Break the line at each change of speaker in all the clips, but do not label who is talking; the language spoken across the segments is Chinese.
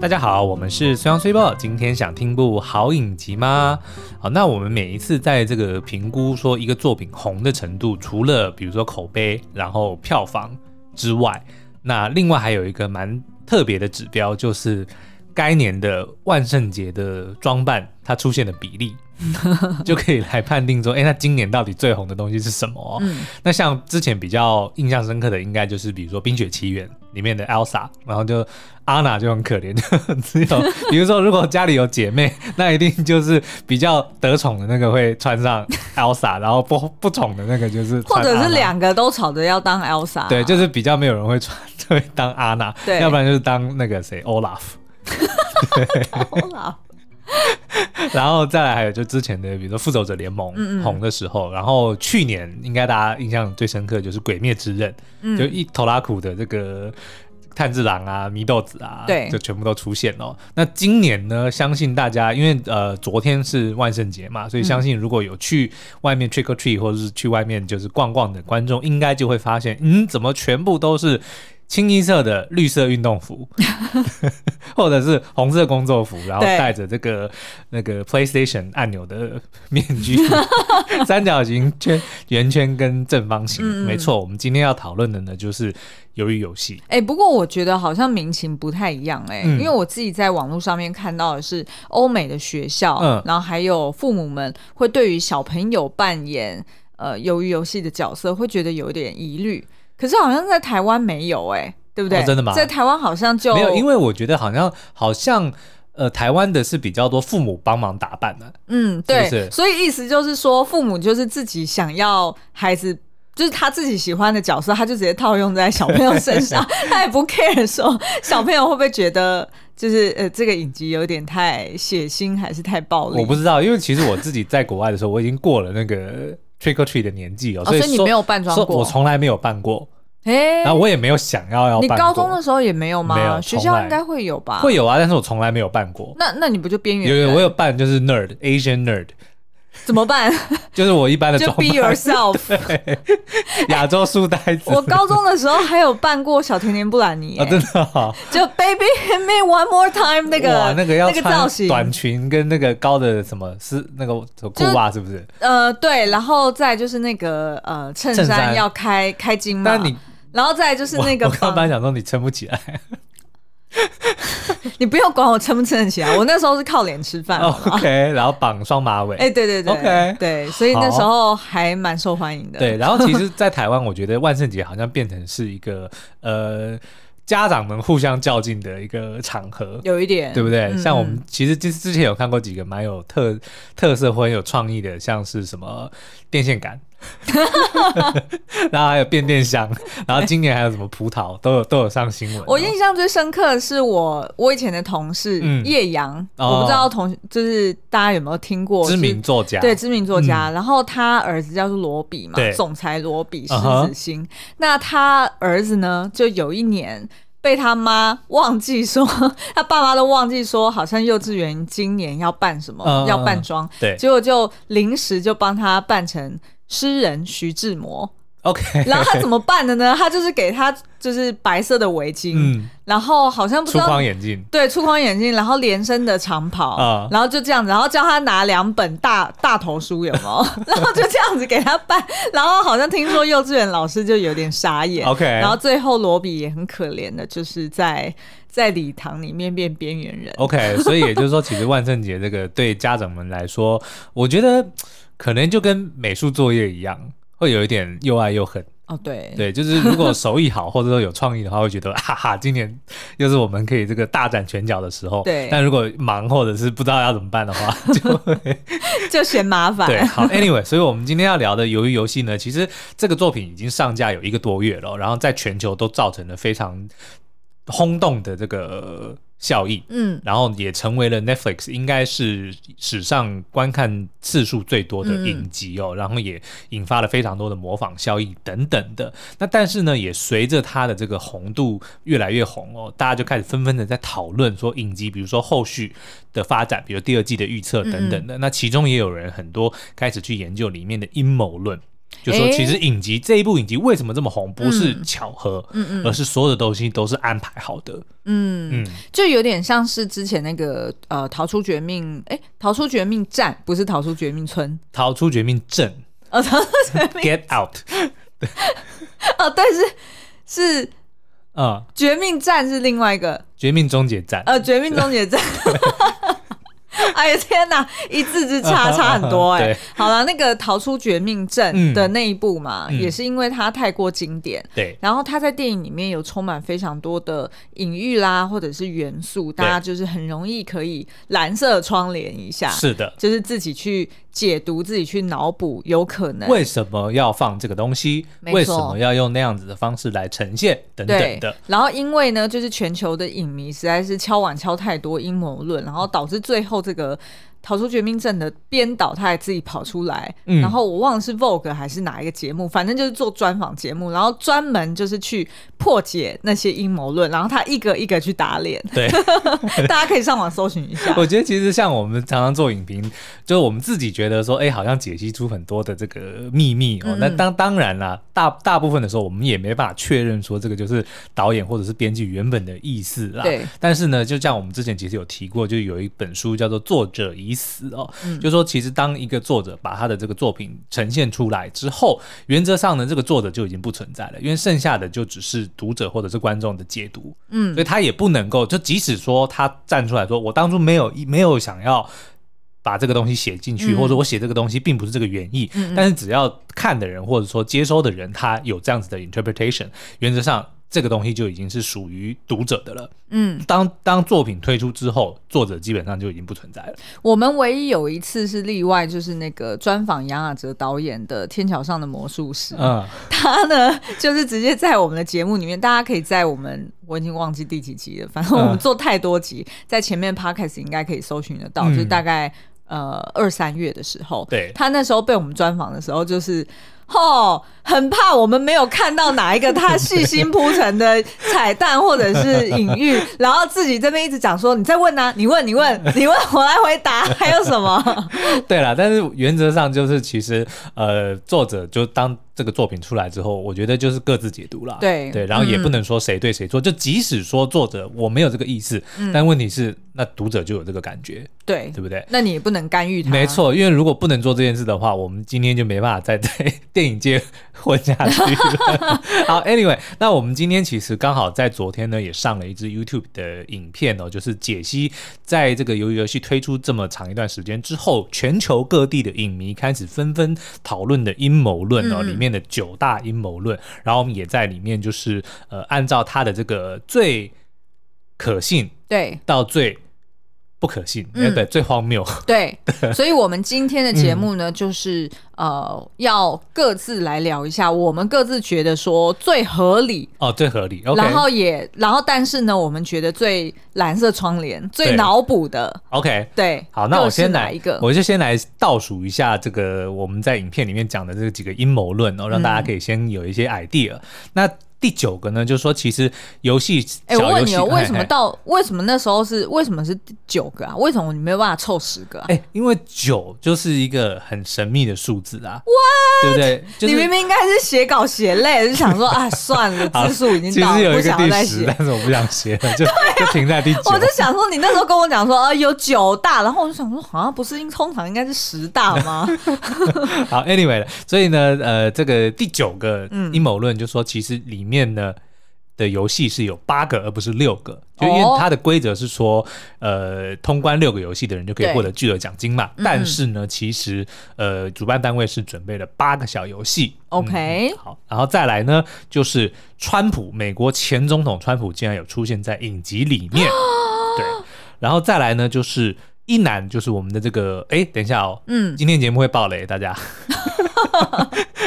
大家好，我们是虽阳虽报，今天想听部好影集吗？好，那我们每一次在这个评估说一个作品红的程度，除了比如说口碑，然后票房之外，那另外还有一个蛮特别的指标，就是该年的万圣节的装扮它出现的比例，就可以来判定说，哎、那今年到底最红的东西是什么哦、
嗯，
那像之前比较印象深刻的，应该就是比如说《冰雪奇缘》里面的 Elsa，然后就阿娜就很可怜，就只有比如说如果家里有姐妹，那一定就是比较得宠的那个会穿上 Elsa，然后不不宠的那个就是
或
穿
者
Anna
是两个都吵着要当 Elsa，
对，就是比较没有人会穿， 就会当阿娜，
对
要不然就是当那个谁 Olaf，
Olaf
然后再来还有就之前的比如说《复仇者联盟》
嗯嗯
红的时候，然后去年应该大家印象最深刻就是《鬼灭之刃》，
嗯
就一头拉苦的这个炭治郎啊、祢豆子啊，
对
就全部都出现了。那今年呢，相信大家因为呃昨天是万圣节嘛，
嗯
所以相信如果有去外面 trick or treat 或者是去外面就是逛逛的观众，应该就会发现，嗯，怎么全部都是。清一色的绿色运动服，或者是红色工作服，然后
对
戴着这个那个 PlayStation 按钮的面具， 三角形圈、圆圈跟正方形。
嗯嗯
没错，我们今天要讨论的呢，就是鱿鱼游戏。
哎、不过我觉得好像民情不太一样哎、
嗯
因为我自己在网络上面看到的是欧美的学校，
嗯
然后还有父母们会对于小朋友扮演呃鱿鱼游戏的角色会觉得有点疑虑，可是好像在台湾没有哎、对不对？
哦真的吗
在台湾好像就
没有，因
为
为我觉得好像好像呃，台湾的是比较多父母帮忙打扮的、
嗯对，
是不是
所以意思就是说，父母就是自己想要孩子。就是他自己喜欢的角色，他就直接套用在小朋友身 上，他也不 care 说小朋友会不会觉得就是呃这个影集有点太血腥还是太暴力。
我不知道，因为其实我自己在国外的时候，我已经过了那个 trick or treat 的年纪哦，
哦，所
以
以你
说
没有扮装
说
过？
我从来没有办过，
哎、
然后我也没有想要要
你
办过。
高中的时候也没有吗？
没有
学
从
校
来
应该会有吧？
会。有啊，但是我从来没有办过。
那那你不就边缘
有有，
人
我有办就是 nerd Asian nerd，
怎 么办？
就是我一般的
就
装
be
扮，
yourself。
亚洲书呆子。
我高中的时候还有扮过小甜甜布兰妮、
啊，真的哦
就 Baby and Me One More Time 那个
哇，那个要
那个造
穿
型，
短裙跟那个高的什么是那个裤袜是不是？
呃，对，然后再就是那个呃衬
衬衫
衫要开开襟嘛，
但你
然后再就是
我
那个
我刚
绑，
刚想说你撑不起 来，
你不用管我撑不撑得起啊来，我那时候是靠脸吃 饭。好不好
OK，然后绑双马尾。
哦哎、对对对
哦 OK
对，所以那时
好
候还蛮受欢迎的。
对，，然后其实，在台湾，我觉得万圣节好像变成是一个呃家长们互相较劲的一个场合，
有一点，
对不对？
嗯
像我们
嗯
其实之之前有看过几个蛮有特特色或很有创意的，像是什么电线 杆，然后还有变电箱，然后今年还有什么葡萄，都有都有上新闻哦。
我印象最深刻的是我我以前的同事、
嗯
叶阳，
哦
我不知道同就是大家有没有听过
知名
是
作家嗯
对知名作家，然后他儿子叫做罗比嘛
对，
总裁罗比狮
嗯哼
子心。那他儿子呢，就有一年。被他妈忘记说，他爸妈都忘记说，好像幼稚园今年要办什么，
嗯嗯
要扮装，
对
结果就临时就帮他扮成诗人徐志 摩。
，OK，
然后他怎么办的呢？他就是给他就是白色的围巾，
嗯，
然后好像不知
粗
道
框眼镜，
对粗框眼镜，然后连身的长袍，
啊
然后就这样子，然后叫他拿两本大大头书，有没 有？然后就这样子给他办，然后好像听说幼稚园老师就有点傻眼
OK
然后最后罗比也很可怜的，就是在在礼堂里面变边缘人。
OK，所以也就是说，其实万圣节这个对家长们来说，我觉得可能就跟美术作业一样，会有一点又爱又恨。
哦，对，
对，就是如果手艺好或者说有创意的话，会觉得 哈哈，今年又是我们可以这个大展拳脚的时候。
对
但如果忙或者是不知道要怎么办的话，就会
就嫌麻烦。
对。好，Anyway，所以我们今天要聊的《鱿鱼游戏》呢，其实这个作品已经上架有一个多月了，然后在全球都造成了非常轰动的这个效益。
嗯，
然后也成为了 Netflix 应该是史上观看次数最多
嗯
的影集哦，然后也引发了非常多的模仿效应等等的。那但是呢，也随着它的这个红度越来越红哦，大家就开始纷纷的在讨论说影集，比如说后续的发展，
嗯
比如第二季的预测等等的。那其中也有人很多开始去研究里面的阴谋论。就说
诶
其实影集、这一部影集为什么这么红，不是巧合，
嗯
而
嗯
是所有的东西都是安排好的。
嗯，
嗯，
就有点像是之前那个呃《逃出绝命》哎，《逃出绝命站》不是《逃出绝命村
逃出绝命镇》
哦，《逃出绝 命
Get Out，》
哦，对是是《
嗯，
绝命站》是另外一个
绝命终结站。
呃，《绝命终结 站》。哎呀天哪，一字之呃
啊
差差很多哎、
对
好了，那个《逃出绝命镇
嗯》
的那一部嘛，
嗯
也是因为它太过经典，
对，
然后它在电影里面有充满非常多的隐喻啦，或者是元素，大家就是很容易可以蓝色窗帘一下，
是的。
就是自己去解读、自己去脑补，有可能。
为什么要放这个东西？
没错
为什么要用那样子的方式来呈现？等
对
等的，，
然后因为呢，就是全球的影迷实在是敲碗敲太多阴谋论，然后导致最后这个《逃出绝命镇》的编导他还自己跑出来，
嗯
然后我忘了是 Vogue 还是哪一个节目，反正就是做专访节目，然后专门就是去破解那些阴谋论，然后他一个一个去 打脸，
对。
大家可以上网搜寻一下。
我觉得其实像我们常常做影评，就是我们自己觉得说，哎、好像解析出很多的这个秘密哦。那当当然啦，大大部分的时候我们也没办法确认说这个就是导演或者是编剧原本的意思啦。
对。
但是呢，就像我们之前其实有提过，就是有一本书叫做《作者已死》哦，就说其实当一个作者把他的这个作品呈现出来之后，原则上呢，这个作者就已经不存在了，因为剩下的就只是读者或者是观众的解读。
嗯
所以他也不能够，就即使说他站出来说，我当初没有没有想要把这个东西写进去，
嗯
或者我写这个东西并不是这个原意，但是只要看的人或者说接收的人，他有这样子的 interpretation，原则上这个东西就已经是属于读者的了。
嗯，
当当作品推出之后，作者基本上就已经不存在了。
我们唯一有一次是例外，就是那个专访杨雅哲导演的《天桥上的魔术师》。
嗯，
他呢，就是直接在我们的节目里面，大家可以在我们我已经忘记第几集了，反正我们
嗯
做太多集，在前面 podcast 应该可以搜寻得到，
嗯
就是大概呃二三月的时候，
对
他那时候被我们专访的时候，就是。哦，很怕我们没有看到哪一个他细心铺陈的彩蛋或者是隐喻，然后自己这边一直讲说你在问啊，你问你问你问，我来回答，还有什么？
对啦，但是原则上就是，其实呃，作者就当这个作品出来之后，我觉得就是各自解读啦。
对
对，然后也不能说谁对谁错，就即使说作者我没有这个意思，但问题是那读者就有这个感觉，
对，
对不对？
那你也不能干预他，
没错，因为如果不能做这件事的话，我们今天就没办法再 在电影界混下去 了。好，Anyway，那我们今天其实刚好在昨天呢，也上了一支 YouTube 的影片哦，就是解析在这个鱿鱼游戏推出这么长一段时间之后，全球各地的影迷开始纷纷讨论的阴谋论哦，
嗯
里面的九大阴谋论，然后我们也在里面就是呃，按照它的这个最可信
对，
到最不可信，哎、
嗯
对，最荒谬。
对，所以，我们今天的节目 呢，就是呃，要各自来聊一下，我们各自觉得说最合理
哦，最合理。OK，
然后也，然后但是呢，我们觉得最蓝色窗帘、最
对
脑补的，
OK，
对。
好，那
各
我
是
先
哪
来
一个
我就先来倒数一下这个我们在影片里面讲的这几个阴谋论哦，让大
嗯
家可以先有一些 idea。那第九个呢，就是说其实游戏
哎、
小
我问
游
你
戏
哦，为什
嘿
么
嘿
到为什么那时候是为什么是九个啊？为什么你没有办法凑十个、啊？
哎、因为九就是一个很神秘的数字啊，对不对？就是、
你明明应该是写稿写累，就想说啊，算 了，
好
字数已
其
经到
实
了，
有
不
一个
想要
第
再
十，
写。啊
但是我不想写了， 就、就停在第九。
我就想说，你那时候跟我讲说，呃，有九大，然后我就想说，好像不是应通常应该是十大吗？
好，anyway，所以呢，呃，这个第九个
嗯
阴谋论就说，其实里面呢的游戏是有八个，而不是六个，就因为
哦
它的规则是说，呃，通关六个游戏的人就可以
对嗯
获得巨额奖金嘛。但是呢，其实呃，主办单位是准备了八个小游戏。
OK
嗯好，然后再来呢，就是川普，美国前总统川普竟然有出现在影集里
哦
面，对，然后再来呢，就是一男，就是我们的这个，哎，等一下哦，
嗯，
今天节目会爆雷， 大家。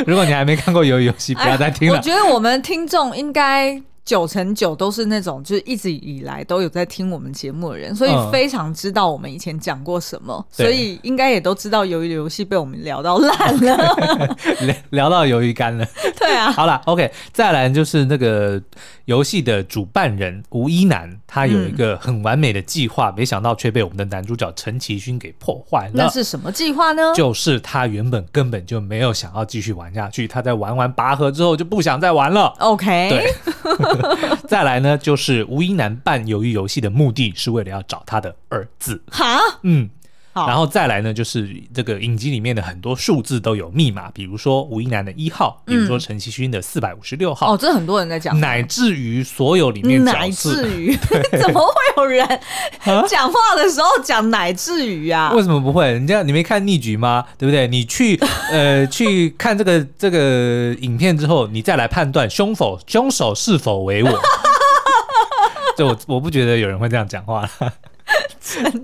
如果你还没看过《鱿鱼游戏》，不要再听
哎我
了。
觉得我们听众应该九成九都是那种就是一直以来都有在听我们节目的人，所以非常知道我们以前讲过什么，
嗯对
所以应该也都知道鱿鱼游戏被我们聊到烂 了。
聊聊到鱿鱼干了。
对啊，
好啦 o k 再来就是那个游戏的主办人吴一男，他有一个很完美的计划，没想到却被我们的男主角陈其勋给破坏
那
了。
是什么计划呢？
就是他原本根本就没有想要继续玩下去，他在玩完拔河之后就不想再玩了。
OK，
对， 再来呢，就是吴一男办鱿鱼游戏的目的是为了要找他的儿子。
哈，
嗯，
好
然后再来呢，就是这个影集里面的很多数字都有密码，比如说吴一男的一号，比如说陈其勋的四百五十六号
嗯哦，，这很多人在讲，
乃至于所有里面
乃
角
至
色，啊
于 怎么会 有人讲话的时候讲乃至于啊？
为什么不会？人家你没看逆局吗？对不对？你 去呃去看这个这个影片之后，你再来判断凶否凶手是否为 我。就我我不觉得有人会这样讲话，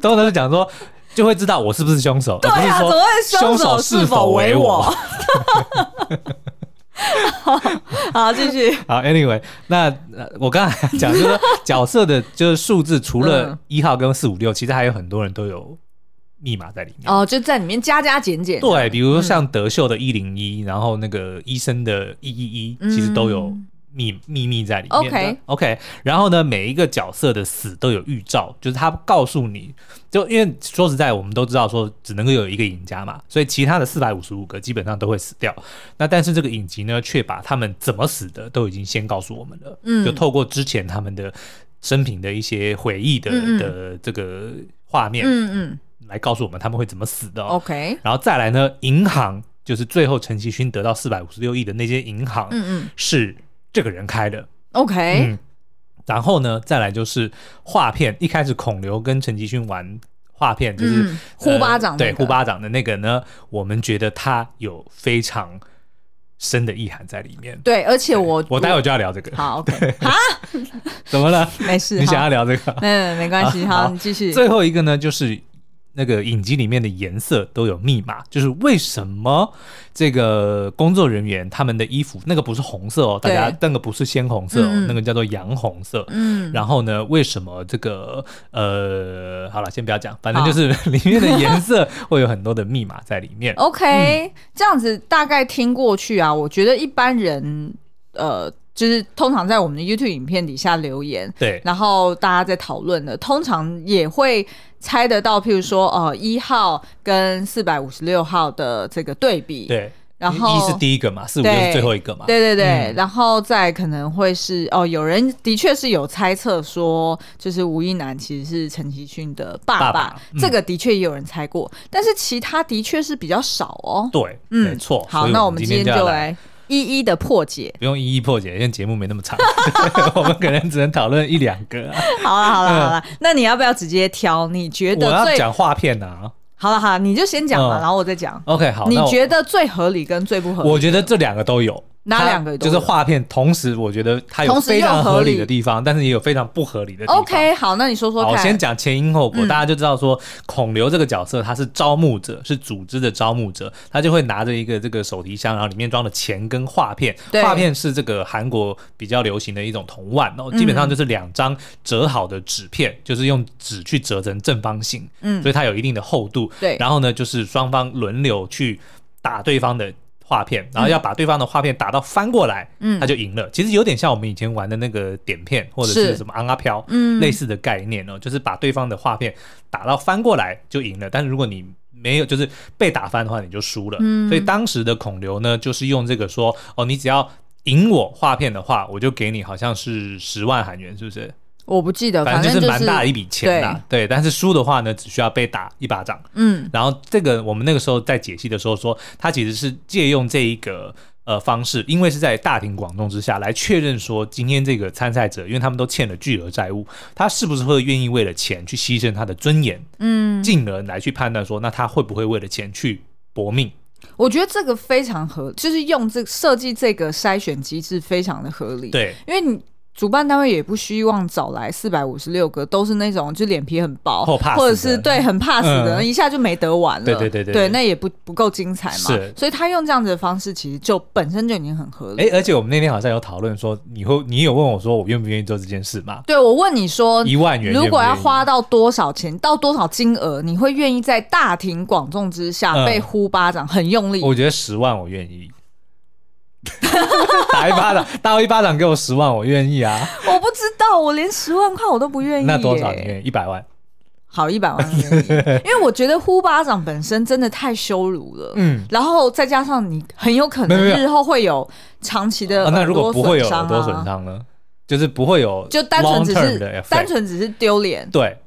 都都是讲说就会知道我是不是凶手，
对
而不
啊，
是
怎
说凶
么会手
是
否
为
我？好，继续。
好，Anyway，那呃我刚才讲就是说角色的，就是数字，除了
嗯
一号跟四五六，其实还有很多人都有密码在里面。
哦，就在里面加加减减。
对，比如说像德秀的一零一，
嗯
然后那个医生的一一一，其实都有秘秘密在里面的。
OK
OK，然后呢，每一个角色的死都有预兆，就是他告诉你，就因为说实在，我们都知道说只能够有一个赢家嘛，所以其他的四百五十五个基本上都会死掉。那但是这个影集呢，却把他们怎么死的都已经先告诉我们了，
嗯
就透过之前他们的生平的一些回忆的
嗯嗯
的这个画面
嗯嗯
来告诉我们他们会怎么死的哦。
，OK，
然后再来呢，银行就是最后陈其勋得到四百五十六亿的那间银行，
嗯嗯
是这个人开的。
，OK，
嗯，然后呢，再来就是画片，一开始孔刘跟陈其勋玩。画片就是、呃
嗯呼巴掌那
对
个
呼巴掌的那个呢，我们觉得它有非常深的意涵在里面。
对，而且我
我待会就要聊这个，
好 OK，好，
怎么了？
没事，
你想
好
要聊这个？
嗯， 没关系，
好
好，你继续。
最后一个呢，就是那个影集里面的颜色都有密码，就是为什么这个工作人员他们的衣服那个不是红色哦，大
对
家那个不是鲜红色、哦，
嗯嗯
那个叫做洋红色。
嗯，
然后呢？为什么这个呃，好了，先不要讲，反正就是里面的颜色会有很多的密码在里
哦
面。嗯
OK，、这样子大概听过去啊，我觉得一般人呃，就是通常在我们的 YouTube 影片底下留言，
对，
然后大家在讨论的，通常也会猜得到，譬如说呃一号跟四百五十六号的这个对比，
对，
然
一一
后
是第一个嘛，四五六是
对
最后一个嘛。
对对对，
嗯
然后再可能会是哦，有人的确是有猜测说，就是吴一男其实是陈其勋的爸
爸
爸，
爸嗯
这个的确也有人猜过，但是其他的确是比较少哦。
对，
嗯
没错。
好，
所以
那我
们
们
今
今天
要
就
来
来一一的破解。
不用一一破解，因为节目没那么长， 我们可能只能讨论一两个、啊。
好了好了好了，那你要不要直接挑？你觉
我
得
要
最
讲画片啊。
好了好了，你就先讲
嗯
嘛，然后我再讲。啊
OK，好，
你
那我
觉得最合理跟最不合理？
我觉得这两个都有，
哪
它
两个都
就是
有
画片，同时我觉得它有
同时
非常
又
合
合理
理的地方，但是也有非常不合理的地方。
OK，好，那你说说
好，我
看。
先讲前因后果，大家就知道说孔刘这个角色他是招募者，是组织的招募者，他就会拿着一个这个手提箱，然后里面装的钱跟画片，
对
画片是这个韩国比较流行的一种铜腕哦，
嗯
基本上就是两张折好的纸片，就是用纸去折成正方形，
嗯
所以它有一定的厚度，
对
然后呢，就是双方轮流去打对方的。画片，然后要把对方的画片打到翻过来，
嗯
他就赢了。其实有点像我们以前玩的那个点片或者
是
是什么昂啊飘，
嗯
类似的概念哦，就是把对方的画片打到翻过来就赢了，但是如果你没有就是被打翻的话，你就输了。所以当时的孔刘呢，就是用这个说哦，你只要赢我画片的话，我就给你好像是十万韩元，是不是？
我不记得，
反
反
正
正
就是
就
蛮大的一笔钱啦、对，但是输的话呢，只需要被打一巴掌。
嗯
然后这个我们那个时候在解析的时候说，他其实是借用这一个呃方式，因为是在大庭广众之下来确认说，今天这个参赛者，因为他们都欠了巨额债务，他是不是会愿意为了钱去牺牲他的尊严，
嗯，
进而来去判断说，那他会不会为了钱去搏命？
我觉得这个非常合，就是用这设计这个筛选机制非常的合理。
对，
因为你主办单位也不希望找来四百五十六个都是那种就脸皮很薄，
或怕死的
或者是对很怕死的，
嗯
一下就没得玩了。
对对对对
对，
对
那也不不够精彩嘛
是。
所以他用这样子的方式，其实就本身就已经很合
哎、
理。
而且我们那天好像有讨论说，你会你有问我说我愿不愿意做这件事吗？
对我问你说，
一万元愿不愿意，
嗯如果要花到多少钱，到多少金额，你会愿意在大庭广众之下
嗯
被呼巴掌，很用力？
我觉得十万我愿意。 打一巴掌，打一巴掌给我十万，我愿意啊。
我不知道，我连十万块我都不愿意。
那多少你？愿意？一百万？
好，一百万我愿意，因为我觉得呼巴掌本身真的太羞辱了。
嗯，
然后再加上你很有可能
没有没有
日后会有长期的
哦，那
呃耳
如
朵
果不会有
损
耳
伤
朵损
啊，
伤呢？就是不会有
就单纯只
long term 的
是
effect
单纯只是丢脸，
对、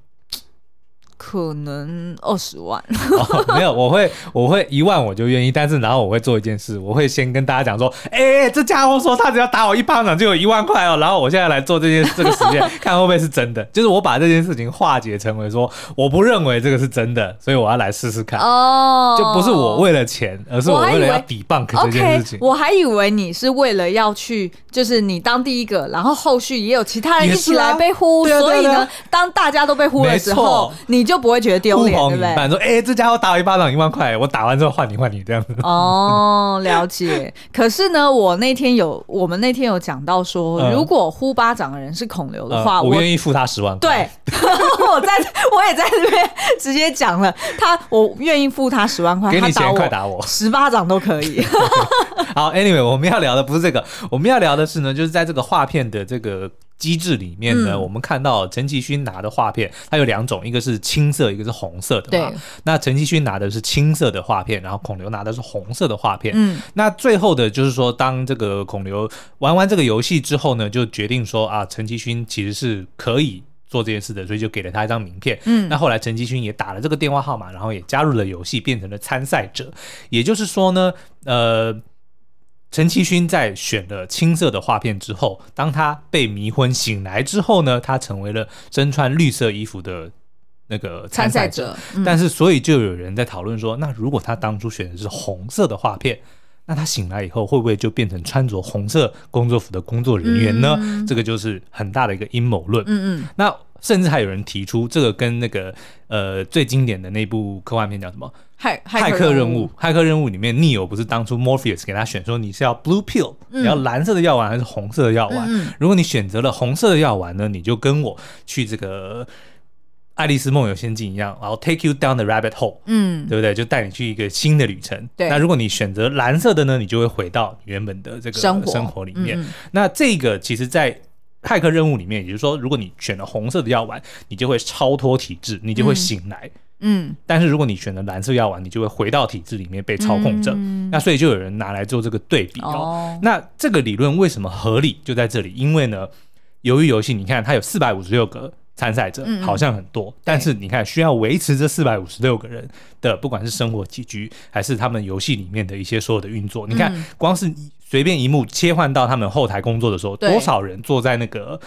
可能二十万。
哦，没有，我会我会一万我就愿意，但是然后我会做一件事，我会先跟大家讲说，哎、这家伙说他只要打我一巴掌就有一万块哦，然后我现在来做这件这个实验， 看会不会是真的，就是我把这件事情化解成为说我不认为这个是真的，所以我要来试试看，
哦，
就不是我为了钱，而是
我
我
还
为了
以
要
为
debunk 这件
OK，
事情。
我还以为你是为了要去，就是你当第一个，然后后续也有其他人
也
一
是
起
啊
来被呼，
对啊
所以
对啊对
呢
啊，
当大家都被呼的时候
没错，
你就不会觉得丢
呼
脸，
朋
对
引
不对？
伴说，哎、这家伙打我一巴掌一万块，我打完之后换你换你这样子。
哦，了解。可是呢，我那天有，我们那天有讲到说，
嗯
如果呼巴掌的人是孔刘的话，
呃我
我
愿意付他十万块。
对， 我在我也在这边直接讲了，他我愿意付他十万块，
给
他
你钱，快
打
打我
我！十巴掌都可 以。
好，Anyway，我们要聊的不是这个，我们要聊的是呢，就是在这个画片的这个机制里面呢，
嗯
我们看到陈其勋拿的画片，它有两种，一个是青色，一个是红色的嘛
对。
那陈其勋拿的是青色的画片，然后孔刘拿的是红色的画片。
嗯，
那最后的就是说，当这个孔刘玩完这个游戏之后呢，就决定说啊，陈其勋其实是可以做这件事的，所以就给了他一张名片。
嗯
那后来陈其勋也打了这个电话号码，然后也加入了游戏，变成了参赛者。也就是说呢，呃。陈其勋在选了青色的画片之后，当他被迷昏醒来之后呢，他成为了身穿绿色衣服的那个参
参
赛
赛
者。
者，嗯
但是所以就有人在讨论说，那如果他当初选的是红色的画片，那他醒来以后会不会就变成穿着红色工作服的工作人员呢？这个就是很大的一个阴谋论。
嗯嗯嗯，
那甚至还有人提出，这个跟那个呃最经典的那部科幻片叫什么
骇
《骇客
客
任务》？《骇客任务》里面，逆友不是当初 Morpheus 给他选说你是要 blue pill，、你要蓝色的药丸还是红色的药丸？
嗯嗯嗯
如果你选择了红色的药丸呢，你就跟我去这个《爱丽丝梦游仙境》一样，然后 take you down the rabbit hole。
嗯，
对不对？就带你去一个新的旅程。
对
那如果你选择蓝色的呢，你就会回到你原本的这个
生活
里面。
嗯嗯
那这个其实，在骇客任务里面，也就是说，如果你选了红色的药丸，你就会超脱体制，你就会醒来；
嗯，
但是如果你选了蓝色药丸，你就会回到体制里面被操控着。那所以就有人拿来做这个对比哦。
哦，
那这个理论为什么合理？就在这里，因为呢，由于游戏你看它有四百五十六个参赛者，
嗯嗯
好像很多，但是你看需要维持这四百五十六个人的，不管是生活起居，还是他们游戏里面的一些所有的运作，
嗯
你看光是随便一幕切换到他们后台工作的时候，
对
多少人坐在那个。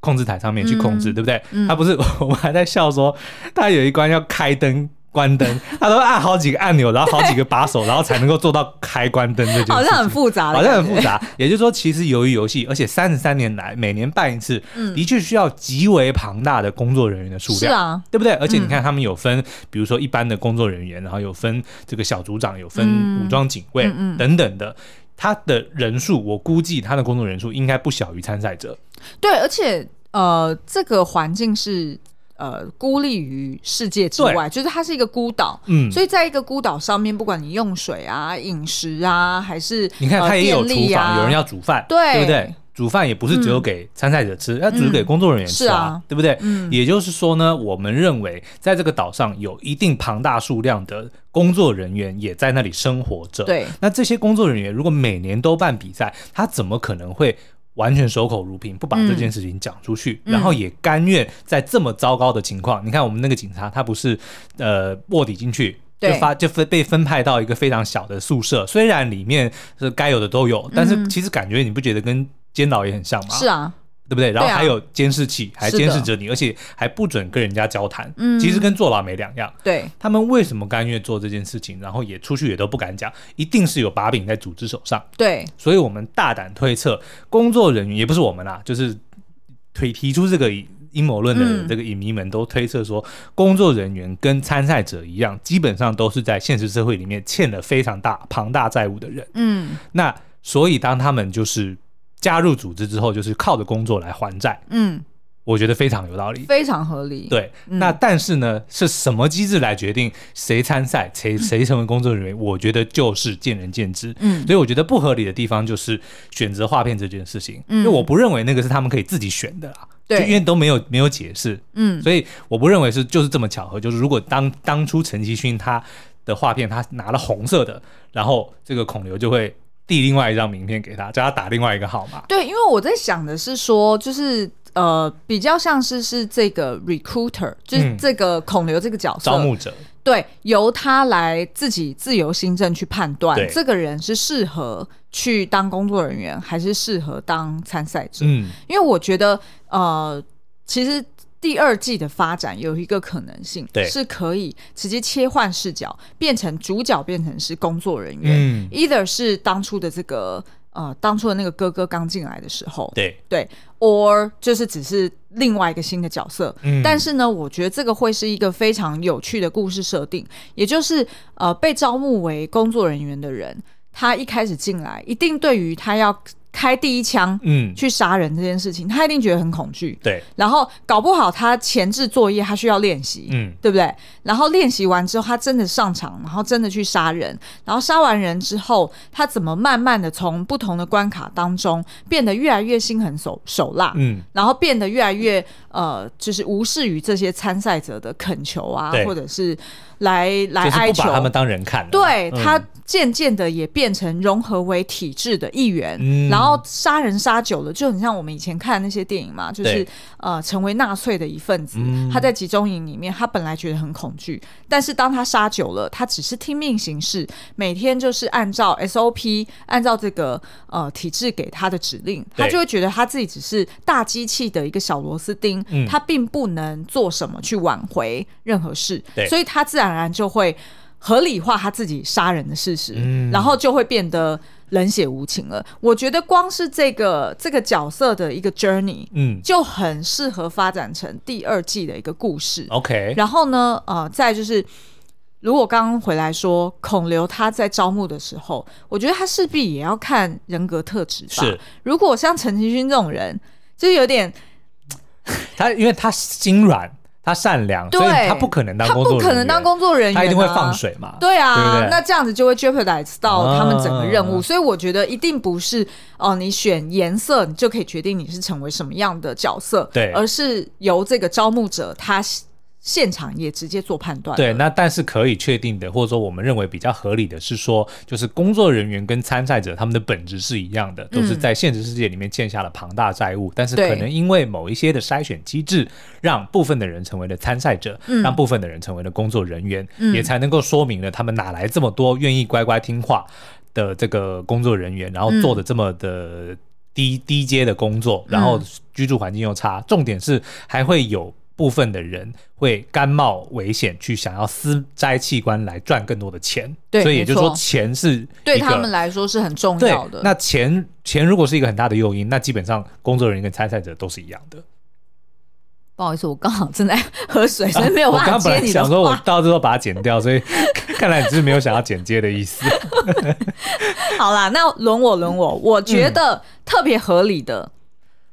控制台上面去控制，
嗯
对不对？他不是 我们还在笑说，他有一关要开灯、关灯，他都按好几个按钮，然后好几个把手，然后才能够做到开关灯这件事情。
好像很复杂的
好
感觉，
像很复杂。也就是说，其实由于游戏，而且三十三年来每年办一次，的确需要极为庞大的工作人员的数
嗯是
量。
啊，
对不对？而且你看，他们有分，比如说一般的工作人员，然后有分这个小组长，有分
嗯
武装警卫、
嗯嗯
等等的。他的人数，我估计他的工作人数应该不小于参赛者。
对，而且呃，这个环境是呃孤立于世界之
对
外，就是它是一个孤岛。
嗯，
所以，在一个孤岛上面，不管你用水啊、饮食啊，还是
你看，
呃
他也有
电
厨
力
房，
啊、
有人要煮饭，
对嗯
不对？煮饭也不是只有给参赛者吃，要、煮给工作人员吃
是啊
对不对？
嗯
也就是说呢，我们认为在这个岛上有一定庞大数量的工作人员也在那里生活着。，
对，
那这些工作人员如果每年都办比赛，他怎么可能会？完全守口如瓶，不把这件事情讲出去，
嗯
然后也甘愿在这么糟糕的情况。你看，我们那个警察，他不是呃卧底进去，就
对
发就分被分派到一个非常小的宿舍，虽然里面是该有的都有，但是其实感觉你不觉得跟监牢也很像吗？
嗯是啊，
对不对？然后
对啊
还有监视器，还
是的
监视着你，而且还不准跟人家交谈，
嗯
其实跟坐牢没两样。
对，
他们为什么甘愿做这件事情，然后也出去也都不敢讲，一定是有把柄在组织手上。
对，
所以我们大胆推测，工作人员也不是我们啦、就是推提出这个阴谋论的
嗯
这个影迷们都推测说，工作人员跟参赛者一样，基本上都是在现实社会里面欠了非常大庞大债务的人。
嗯
那所以当他们就是加入组织之后，就是靠着工作来还债，
嗯，
我觉得非常有道理。
非常合理。，
对，
嗯
那但是呢，是什么机制来决定谁参赛，谁谁成为工作人员？我觉得就是见仁见智。
嗯
所以我觉得不合理的地方就是选择划片这件事情，
嗯
因为我不认为那个是他们可以自己选的啦。
对
就因为都没有没有解释，
嗯
所以我不认为是就是这么巧合。就是如果当当初陈其勋他的画片他拿了红色的，然后这个孔刘就会递另外一张名片给他，叫他打另外一个号码。
对，因为我在想的是说，就是呃，比较像是是这个 recruiter，就是
嗯
这个孔刘这个角色，
招募者，
对，由他来自己自由新政去判断
对
这个人是适合去当工作人员，还是适合当参赛者。
嗯，
因为我觉得，呃，其实第二季的发展有一个可能性，
对
是可以直接切换视角，变成主角变成是工作人员、
嗯，
e i t h e r 是当初的这个呃，当初的那个哥哥刚进来的时候，
对，
对，or 就是只是另外一个新的角色。
嗯，
但是呢，我觉得这个会是一个非常有趣的故事设定，也就是呃，被招募为工作人员的人，他一开始进来，一定对于他要开第一枪
嗯，
去杀人这件事情，他一定觉得很恐惧。
对，
然后搞不好他前置作业他需要练习，
嗯
对不对？然后练习完之后，他真的上场，然后真的去杀人，然后杀完人之后，他怎么慢慢的从不同的关卡当中变得越来越心狠手手辣，
嗯，
然后变得越来越呃，就是无视于这些参赛者的恳求啊
对，
或者是来来
就是
哀
不
求
把，他们当人看了。
对、
嗯
他渐渐的也变成融合为体制的一员，
嗯
然后杀人杀久了，就很像我们以前看的那些电影嘛，就是
对嗯
呃成为纳粹的一份子。他在集中营里面，他本来觉得很恐惧，但是当他杀久了，他只是听命行事，每天就是按照 SOP，按照这个呃体制给他的指令，
对
他就会觉得他自己只是大机器的一个小螺丝钉，
嗯
他并不能做什么去挽回任何事
对，
所以他自然而然就会。合理化他自己杀人的事实，
嗯
然后就会变得冷血无情了。我觉得光是这个这个角色的一个 journey
嗯
就很适合发展成第二季的一个故事。
，OK，
然后呢，呃，再就是，如果刚刚回来说孔刘他在招募的时候，我觉得他势必也要看人格特质吧。
是
如果像陈其勋这种人，就是有点
他，因为他心软，他善良，
对
所以他不可能当
他
工作
不
人员，
可能当工作人员、啊，
他一定会放。水嘛。
对啊，
对不对
那这样子就会 jeopardize 到他们整个任务，
啊
所以我觉得一定不是哦、你选颜色你就可以决定你是成为什么样的角色，
对
而是由这个招募者他现场也直接做判断了。
对，那但是可以确定的，或者说我们认为比较合理的是说，就是工作人员跟参赛者他们的本质是一样的，都是在现实世界里面欠下了庞大债务，但是
嗯对
可能因为某一些的筛选机制，让部分的人成为了参赛者，
嗯
让部分的人成为了工作人员，也才能够说明了他们哪来这么多愿意乖乖听话的这个工作人员，然
嗯
后做的这么的低、低阶的工作，然后居住环境又差，重点是还会有部分的人会甘冒危险去想要私摘器官来赚更多的钱，
对
所以也就是说
没错
钱是
对
一个
他们来说是很重
对
要的。
那钱钱如果是一个很大的诱因，那基本上工作人员跟参赛者都是一样的。
不好意思，我刚好正在喝水，所以没有
啊我
办
刚
法
刚本
接
来
你的
想说，我
话。
到最后把它剪掉，所以 看来你是没有想要剪接的意思。
好啦，那轮我轮我，我觉
嗯
得特别合理的，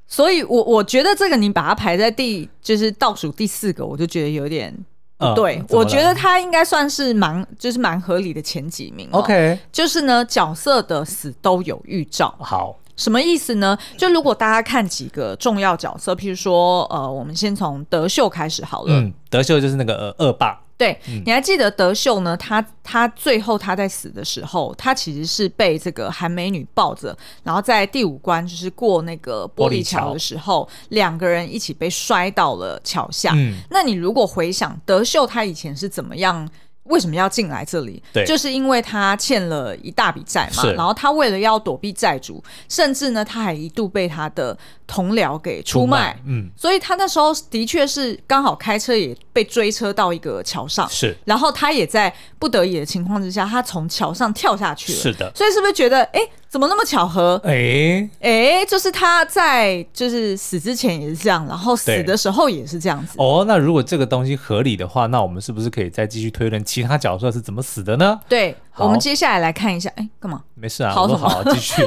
所以我我觉得这个你把它排在第就是倒数第四个，我就觉得有点不
嗯
对。
怎么
我
了
觉得它应该算是蛮就是蛮合理的前几名哦、
OK，
就是呢角色的死都有预兆，
好，
什么意思呢？就如果大家看几个重要角色，譬如说呃，我们先从德秀开始好了。
嗯，德秀就是那个呃恶霸，
对，你还记得德秀呢？他他最后他在死的时候，他其实是被这个韩美女抱着，然后在第五关就是过那个玻璃桥的时候，两个人一起被摔到了桥下。
嗯，
那你如果回想德秀他以前是怎么样？为什么要进来这里？
对
就是因为他欠了一大笔债嘛
是。
然后他为了要躲避债主，甚至呢，他还一度被他的同僚给出卖。，
嗯，
所以他那时候的确是刚好开车也被追车到一个桥上，
是
然后他也在不得已的情况之下，他从桥上跳下去了。
是的，
所以是不是觉得，哎、怎么那么巧合？
哎、
哎、就是他在就是死之前也是这样，然后死
对
的时候也是这样子。
哦，那如果这个东西合理的话，那我们是不是可以再继续推论其他角色是怎么死的呢？
对，
好
我们接下来来看一下，哎、干嘛？
没事啊，
好
我们
什么
好好继 续。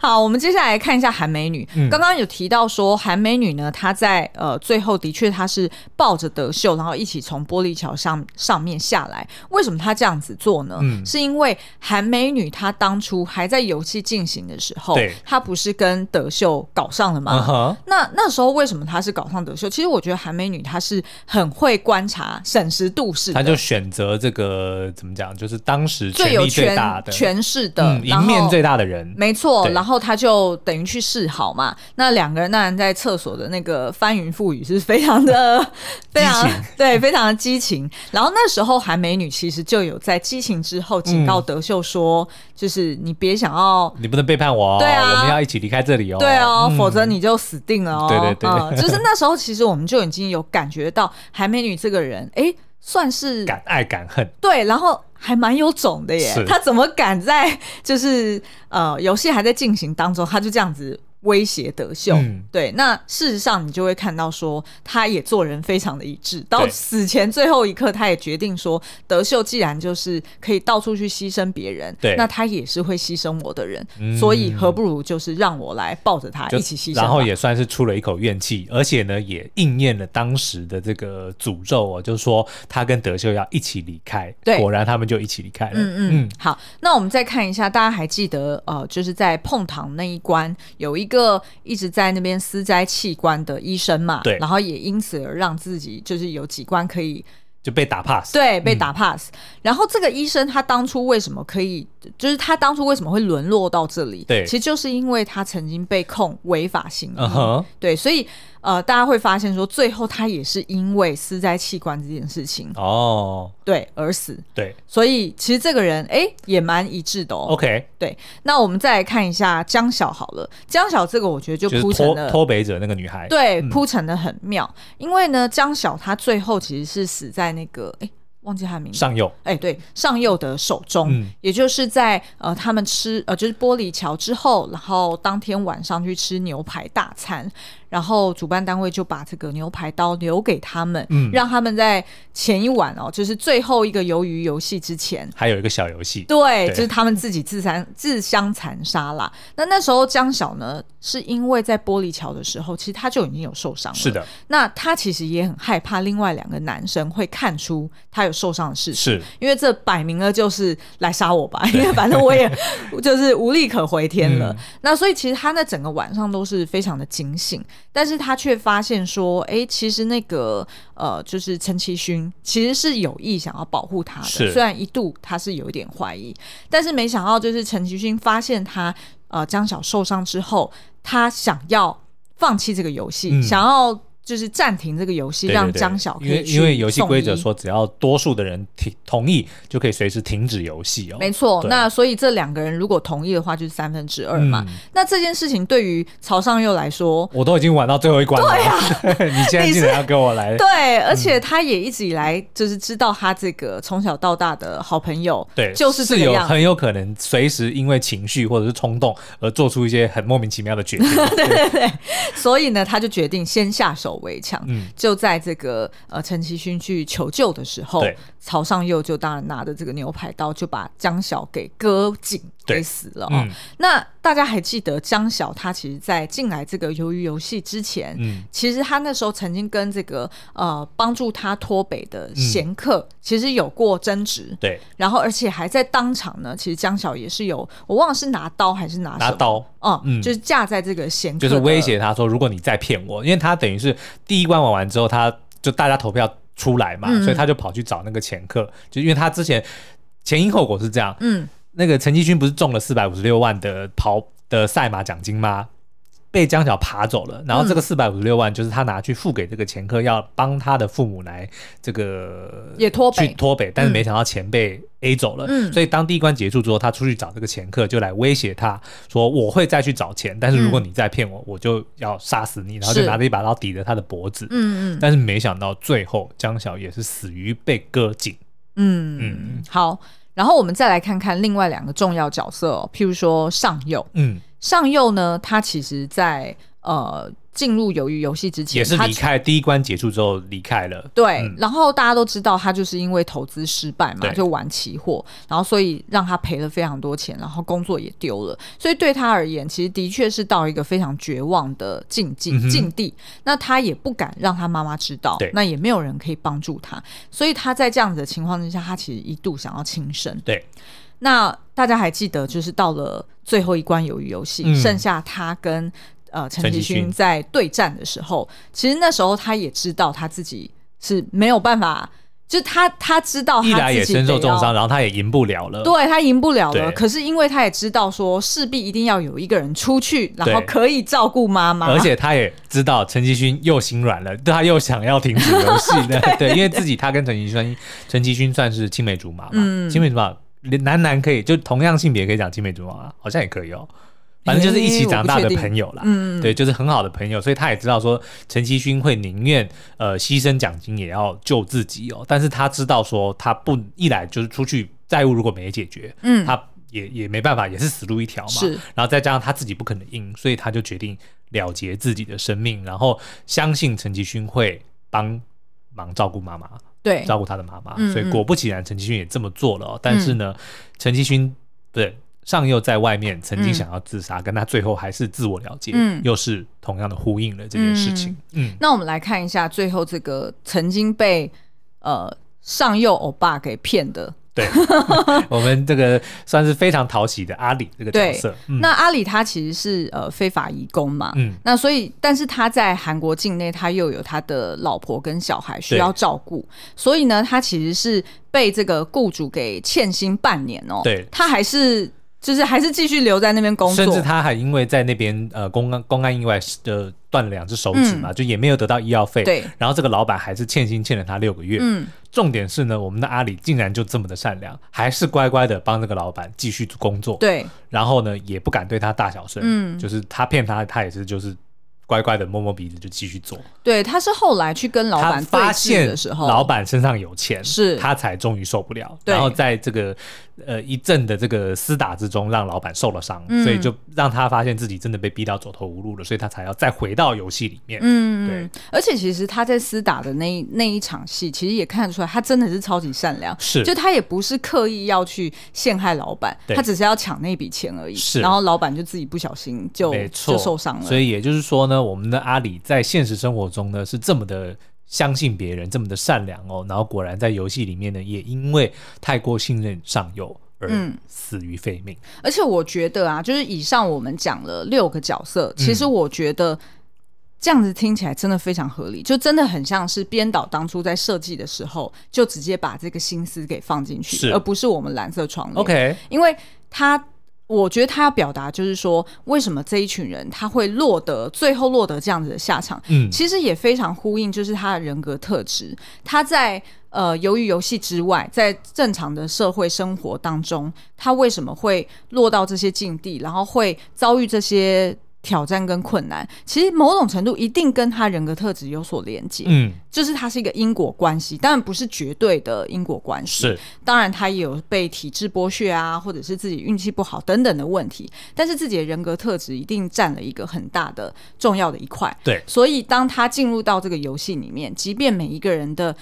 好，我们接下来看一下韩美女
嗯。
刚刚有提到说，韩美女呢，她在呃最后的确她是抱着德秀，然后一起从玻璃桥上上面下来。为什么她这样子做呢？
嗯
是因为韩美女她当初还在游戏进行的时候
对，
她不是跟德秀搞上了吗？
嗯哼，
那那时候为什么她是搞上德秀？其实我觉得韩美女她是很会观察、审时度势的，
他就选择这个怎么讲，就是当时
最
权
有
力最
权
大的、
权势的，
嗯赢
然后
面最大的人。
没错，
对
然后他就等于去示好嘛。那两个人当然在厕所的那个翻云覆雨是非 常的非常
激情
对，非常的激情。然后那时候韩美女其实就有在激情之后警告德秀说，就是你别想要。
你不能背叛嗯我哦，
对啊
我们要一起离开这里哦。
对哦，
嗯
否则你就死定了哦。
对对对
嗯，就是那时候，其实我们就已经有感觉到韩美女这个人，哎，算是
敢爱敢恨，
对，然后还蛮有种的耶
是。
他怎么敢在就是呃游戏还在进行当中，他就这样子威胁德秀？
嗯
对，那事实上你就会看到说，他也做人非常的一致，到
对
死前最后一刻，他也决定说，德秀既然就是可以到处去牺牲别人，
对
那他也是会牺牲我的人，
嗯
所以何不如就是让我来抱着他
就
啊一起牺牲吧，
然后也算是出了一口怨气，而且呢，也应验了当时的这个诅咒哦，就是说他跟德秀要一起离开。
对
果然他们就一起离开了。
嗯嗯，好，那我们再看一下，大家还记得呃，就是在碰糖那一关，有一个一直在那边私摘器官的医生嘛，
对
然后也因此而让自己就是有几关可以
就被打 pass。
对被
嗯
打 pass、然后这个医生他当初为什么可以，就是他当初为什么会沦落到这里？
对
其实就是因为他曾经被控违法行医。
嗯哼，
对，所以呃，大家会发现说，最后他也是因为私摘器官这件事情，
哦，
对而死。
对
所以其实这个人哎、诶也蛮一致的哦。
，OK，
对，那我们再来看一下江晓好了，江晓这个我觉得就
就是
铺陈
脱
的。
脱北者那个女孩。
对，
嗯
铺陈的很妙，因为呢，江晓她最后其实是死在那个，哎，忘记她的名字，
上右。
哎，对，上佑的手中，
嗯
也就是在呃，他们吃呃，就是玻璃桥之后，然后当天晚上去吃牛排大餐，然后主办单位就把这个牛排刀留给他们，
嗯
让他们在前一晚哦，就是最后一个鱿鱼游戏之前，
还有一个小游戏，
对，
对
就是他们自己自残、自相残杀啦。那那时候江晓呢，是因为在玻璃桥的时候，其实他就已经有受伤了。
是，的，
那他其实也很害怕另外两个男生会看出他有受伤的事实，
是
因为这摆明了就是来杀我吧，因为反正我也就是无力可回天了。
嗯
那所以其实他那整个晚上都是非常的警醒，但是他却发现说，哎、其实那个呃，就是陈其勋其实是有意想要保护他的，
是
虽然一度他是有一点怀疑，但是没想到就是陈其勋发现他呃江晓受伤之后，他想要放弃这个游戏，
嗯
想要。就是暂停这个游戏，
对对
让
对
江晓可
因为
以
因为
去
游戏
送
规则
医
说，只要多数的人停同意，就可以随时停止游戏哦。
没错，
对
那所以这两个人如果同意的话，就是三分之二嘛。
嗯
那这件事情对于曹尚佑来说，
我都已经玩到最后一关了，对呀，
啊
你现在竟然要跟我来，
对，而且他也一直以来就是知道他这个从小到大的好朋友，
嗯对，
就是这个
有
样子。
很有可能随时因为情绪或者是冲动而做出一些很莫名其妙的决 定。对
所以呢，他就决定先下手为强。
嗯
就在这个呃陈其勋去求救的时候
对，
曹尚佑就当然拿着这个牛排刀就把江晓给割颈
对
给死了、哦。
嗯
那大家还记得江晓他其实，在进来这个鱿鱼游戏之前，
嗯，
其实他那时候曾经跟这个呃帮助他脱北的贤客、
嗯
其实有过争执，
对，
然后而且还在当场呢，其实江晓也是有，我忘了是拿刀还是拿什么
拿，刀。
嗯，
嗯
就是架在这个贤客
就
的，
是威胁他说，如果你再骗我，因为他等于是第一关玩完之后，他就大家投票出来嘛，
嗯
所以他就跑去找那个前客，就因为他之前前因后果是这样，
嗯，
那个陈继勋不是中了四百五十六万的跑的赛马奖金吗？被江晓爬走了，然后
嗯
这个四百五十六万就是他拿去付给这个前科，要帮他的父母来这个
也脱北
去脱北，但是没想到钱被 A 走了，
嗯
所以当第一关结束之后，他出去找这个前科，就来威胁他说我会再去找钱，但是如果你再骗
嗯
我，我就要杀死你，然后就是拿着一把刀抵着他的脖子，
嗯嗯
但是没想到最后江晓也是死于被割颈，
嗯
嗯
嗯，好。然后我们再来看看另外两个重要角色、哦，譬如说上佑，
嗯，
上佑呢，他其实在呃进入鱿鱼游戏之前，
也是
他
离开第一关结束之后离开了，
对，
嗯
然后大家都知道他就是因为投资失败嘛，
对
就玩期货，然后所以让他赔了非常多钱，然后工作也丢了，所以对他而言，其实的确是到一个非常绝望的境界、
嗯哼
境地。那他也不敢让他妈妈知道
对，
那也没有人可以帮助他，所以他在这样子的情况之下，他其实一度想要轻生。
对，
那大家还记得，就是到了最后一关鱿鱼游戏，
嗯
剩下他跟呃陈
陈
其
其勋
勋在对战的时候，其实那时候他也知道他自己是没有办法，就是他他知道
一
哦他
来也
自己
身受
得
重伤，
要。
然后他也赢不了了，
对他赢不了了，
对
可是因为他也知道说，势必一定要有一个人出去，然后
对
可以照顾妈妈，
而且他也知道陈其勋又心软了， 对他又想要停止游戏 的，对因为自己他跟陈其勋，陈其勋算是青梅竹马嘛，
嗯
青梅竹马男男可以就同样性别可以讲青梅竹马吗，好像也可以哦，反正就是一起长大的朋友啦，
嗯，
对，就是很好的朋友，所以他也知道说陈其勋会宁愿呃牺牲奖金也要救自己哦，但是他知道说他不一来就是出去债务如果没解决，
嗯
他也也没办法，也是死路一条嘛，
是
然后再加上他自己不可能赢，所以他就决定了结自己的生命，然后相信陈其勋会帮忙照顾妈妈，
对，
照顾他的妈妈，
嗯
所以
嗯
果不其然，陈其勋也这么做了、哦。但是呢，陈其勋不对，上佑在外面曾经
嗯
想要自杀，跟他最后还是自我了结，
嗯
又是同样的呼应了这件事情。嗯，
那我们来看一下最后这个曾经被呃上右欧巴给骗的
对， 我们这个算是非常讨喜的阿里这个角
对
色。嗯，
那阿里他其实是呃非法移工嘛，
嗯
那所以但是他在韩国境内，他又有他的老婆跟小孩需要照顾，所以呢，他其实是被这个雇主给欠薪半年哦，
对
他还是就是还是继续留在那边工作，
甚至他还因为在那边呃公安公安意外呃断了两只手指嘛，就也没有得到医药费。
嗯对
然后这个老板还是欠薪欠了他六个月。
嗯，
重点是呢，我们的阿里竟然就这么的善良，还是乖乖的帮这个老板继续工作。
对
然后呢，也不敢对他大小声，
嗯
就是他骗他，他也是就是乖乖的摸摸鼻子就继续做。
对，他是后来去跟老
他
板对
发
峙
现
的时候，
老板身上有钱，
是
他才终于受不了，
对
然后在这个呃一阵的这个厮打之中，让老板受了伤，
嗯
所以就让他发现自己真的被逼到走投无路了，所以他才要再回到游戏里面。
嗯，
对
嗯，而且其实他在厮打的那一那一场戏，其实也看得出来，他真的是超级善良，
是
就他也不是刻意要去陷害老板，
对
他只是要抢那笔钱而已。
是
然后老板就自己不小心就
没错，
就受伤了。
所以也就是说呢，我们的阿里在现实生活中呢是这么的相信别人，这么的善良哦，然后果然在游戏里面呢，也因为太过信任上游而
嗯
死于非命。
而且我觉得啊，就是以上我们讲了六个角色，
嗯
其实我觉得。这样子听起来真的非常合理，就真的很像是编导当初在设计的时候就直接把这个心思给放进去，
是
而不是我们蓝色窗帘。
OK，
因为他，我觉得他要表达就是说，为什么这一群人他会落得最后落得这样子的下场，
嗯，
其实也非常呼应就是他的人格特质。他在呃，由于游戏之外，在正常的社会生活当中，他为什么会落到这些境地，然后会遭遇这些。挑战跟困难，其实某种程度一定跟他人格特质有所连接，
嗯，
就是它是一个因果关系，当然不是绝对的因果关系，
是
当然，他也有被体制剥削啊，或者是自己运气不好等等的问题，但是自己的人格特质一定占了一个很大的重要的一块。
对
所以当他进入到这个游戏里面，即便每一个人的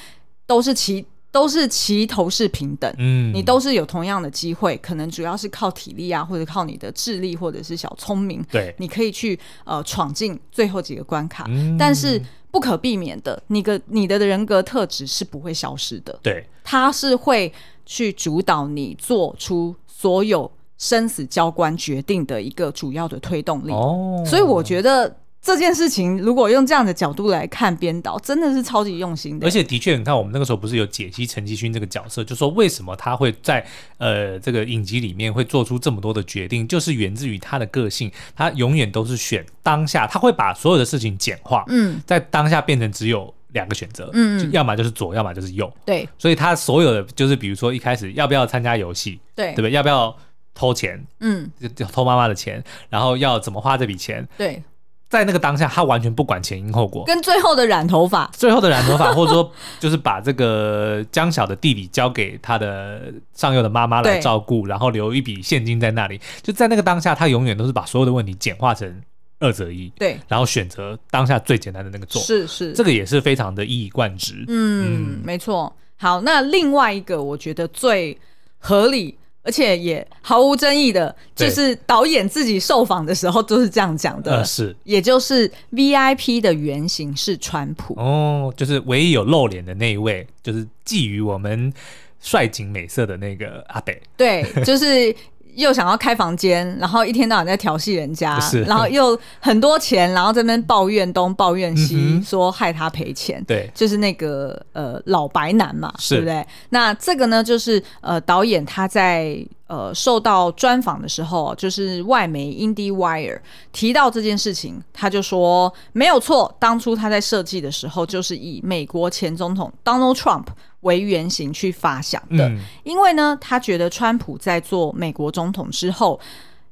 都是齐都是齐头是平等。
嗯，
你都是有同样的机会，可能主要是靠体力啊，或者靠你的智力，或者是小聪明，
对，
你可以去呃闯进最后几个关卡。
嗯
但是不可避免的，你个你的人格特质是不会消失的。
对，
他是会去主导你做出所有生死交关决定的一个主要的推动力。
哦，
所以我觉得这件事情，如果用这样的角度来看编导，真的是超级用心的。
而且的确，你看我们那个时候不是有解析陈其勋这个角色，就说为什么他会在呃这个影集里面会做出这么多的决定，就是源自于他的个性，他永远都是选当下，他会把所有的事情简化，
嗯，
在当下变成只有两个选择，
嗯嗯
就要么就是左，要么就是右，
对
所以他所有的就是比如说一开始要不要参加游戏，
对
对不对？要不要偷钱，
嗯
就就偷妈妈的钱，然后要怎么花这笔钱，
对
在那个当下，他完全不管前因后果。
跟最后的染头发，
最后的染头发，或者 说就是把这个江晓的弟弟交给他的上幼的妈妈来
对
照顾，然后留一笔现金在那里。就在那个当下，他永远都是把所有的问题简化成二择一，
对，
然后选择当下最简单的那个做。
是是，
这个也是非常的一以贯之。
嗯，没错。好，那另外一个我觉得最合理，而且也毫无争议的，
对
就是导演自己受访的时候都是这样讲的，
呃，是
也就是 VIP 的原型是川普。
哦，就是唯一有露脸的那一位，就是觊觎我们帅景美色的那个阿北。
对，就是又想要开房间，然后一天到晚在调戏人家
是，
然后又很多钱，然后这边抱怨东抱怨西，
嗯哼
说害他赔钱。
对，
就是那个呃老白男嘛，
是
对不对？那这个呢，就是呃导演他在呃受到专访的时候，就是外媒 Indie Wire 提到这件事情，他就说没有错，当初他在设计的时候就是以美国前总统 Donald Trump 为原型去发想的，
嗯，
因为呢，他觉得川普在做美国总统之后，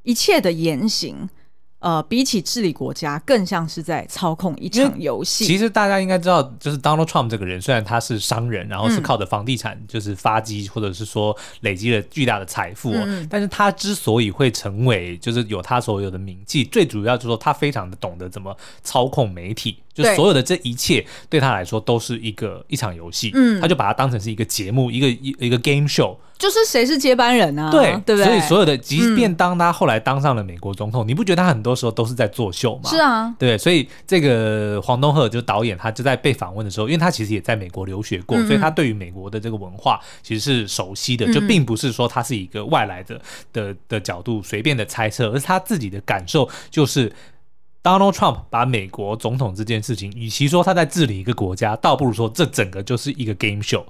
一切的言行。呃，比起治理国家，更像是在操控一
因
场
为
游戏。
其实大家应该知道，就是 Donald Trump 这个人，虽然他是商人，
嗯
然后是靠着房地产就是发迹，或者是说累积了巨大的财富、哦，
嗯
但是他之所以会成为就是有他所有的名气，最主要就是说他非常的懂得怎么操控媒体，就
对
所有的这一切对他来说都是一个一场游戏，
嗯
他就把它当成是一个节目，一个一一个 game show，、
就是谁是接班人啊？
对
对不对？嗯
所以所有的，即便当他后来当上了美国总统，你不觉得他很多时候都是在作秀吗？
是啊，
对，所以这个黄东赫就导演，他就在被访问的时候，因为他其实也在美国留学过，所以他对于美国的这个文化其实是熟悉的，就并不是说他是一个外来的的的角度随便的猜测，而是他自己的感受就是。Donald Trump 把美国总统这件事情，与其说他在治理一个国家，倒不如说这整个就是一个 game show。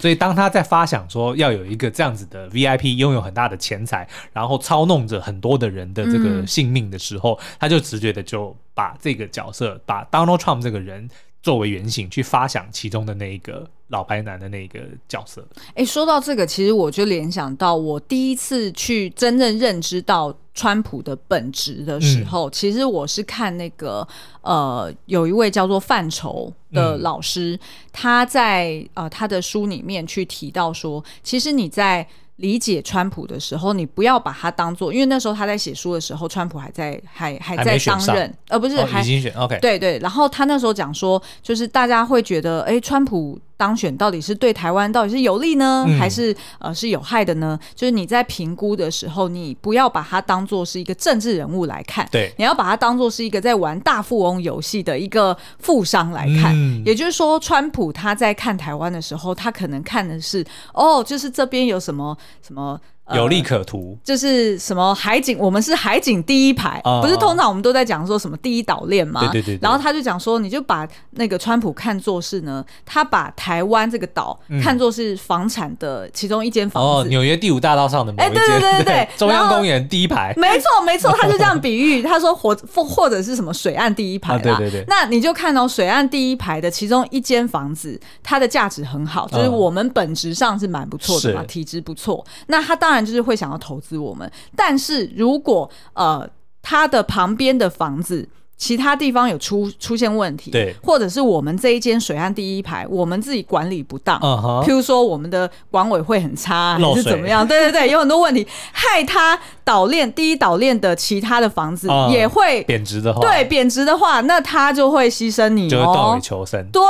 所以，当他在发想说要有一个这样子的 VIP，拥有很大的钱财，然后操弄着很多的人的这
嗯
个性命的时候，他就直觉的就把这个角色，把 Donald Trump 这个人作为原型去发想其中的那一个老白男的那一个角色。
哎，说到这个，其实我就联想到我第一次去真正认知到川普的本质的时候，
嗯
其实我是看那个呃，有一位叫做范畴的
嗯
老师，他在呃他的书里面去提到说，其实你在。理解川普的时候，你不要把他当做，因为那时候他在写书的时候，川普还在还还
还没
在
选
当
上
任，呃，不是、
哦，
还
已经选 OK，
对对，然后他那时候讲说，就是大家会觉得，哎，川普当选到底是对台湾到底是有利呢，
嗯
还是呃是有害的呢？就是你在评估的时候，你不要把它当做是一个政治人物来看，
对
你要把它当做是一个在玩大富翁游戏的一个富商来看。
嗯
也就是说，川普他在看台湾的时候，他可能看的是哦，就是这边有什么什么。呃
有利可图。
就是什么海景，我们是海景第一排，
哦
不是通常我们都在讲说什么第一岛链吗？
对对对对
然后他就讲说，你就把那个川普看作是呢，他把台湾这个岛看作是房产的其中一间房
嗯哦，
子。
纽约第五大道上的某一
哎
间，
对对对对对
中央
然后
公园第一排，
没错，没错，他就这样比喻，他说火或或者是什么水岸第一排啦、
啊对对对
那你就看到水岸第一排的其中一间房子，它的价值很好，就是
嗯
我们本质上是蛮不错的嘛，
是
体质不错。那他当然就是会想要投资我们，但是如果呃他的旁边的房子。其他地方有出出现问题，
对
或者是我们这一间水岸第一排，我们自己管理不当，
嗯哼
譬，如说我们的管委会很差，
漏
还
水
是怎么 样？对对对，有很多问题，害他岛链第一岛链的其他的房子
嗯
也会、
贬值的话，
对，贬值的话，那他就会牺牲你
就会断
哦
尾。求生。
对，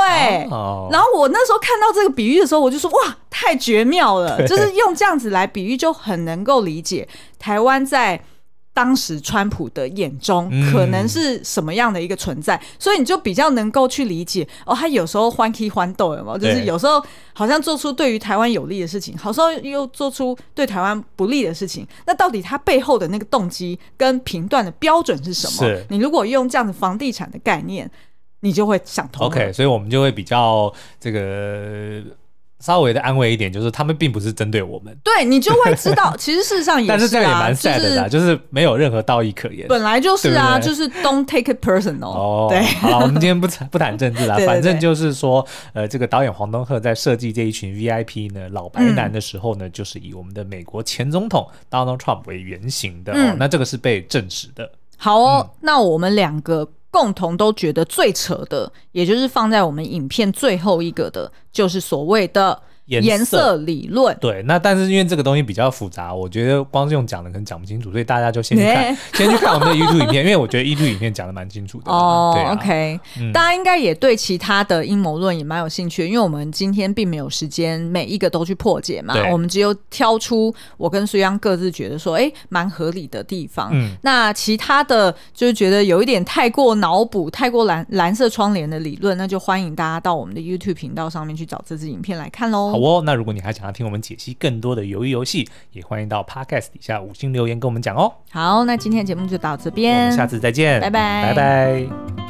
哦，
然后我那时候看到这个比喻的时候，我就说哇，太绝妙了！
对
就是用这样子来比喻，就很能够理解台湾在当时川普的眼中
嗯
可能是什么样的一个存在，所以你就比较能够去理解哦。他有时候欢 k 欢斗，有没有？就是
对
有时候好像做出对于台湾有利的事情，好时候又做出对台湾不利的事情。那到底他背后的那个动机跟评断的标准是什么
是？
你如果用这样的房地产的概念，你就会想通了。
OK，所以我们就会比较这个稍微的安慰一点，就是他们并不是针对我们，
对你就会知 道，其实事实上也
但是这样也
啊，
蛮
就
sad 的啦，
是
就是没有任何道义可言。
本来就是啊，
对
就是 don't take it personal。
哦，
对，
好了，我们今天不 谈不谈政治啦，
对对
反正
对
就是说，呃，这个导演黄东赫在设计这一群 VIP 呢，老白男的时候呢，就是以我们的美国前总统 Donald Trump 为原型的哦，
嗯
那这个是被证实的，
好哦，那我们两个共同都觉得最扯的，也就是放在我们影片最后一个的，就是所谓的
颜
颜
色
色理论。
对，那但是因为这个东西比较复杂，我觉得光是用讲的可能讲不清楚，所以大家就先去看，
欸
先去看我们的 YouTube 影片，因为我觉得 YouTube 影片讲的蛮清楚的啦。
哦、
对啊
o k
嗯
大家应该也对其他的阴谋论也蛮有兴趣的，因为我们今天并没有时间每一个都去破解嘛，
对
我们只有挑出我跟苏央各自觉得说，哎、蛮合理的地方。
嗯
那其他的就是觉得有一点太过脑补、太过蓝蓝色窗帘的理论，那就欢迎大家到我们的 YouTube 频道上面去找这支影片来看
好
喽。
哦，那如果你还想要听我们解析更多的鱿鱼游戏，也欢迎到 Podcast 底下五星留言跟我们讲哦。
好，那今天的节目就到这
我
边，
们下次再见，
嗯拜拜
拜拜。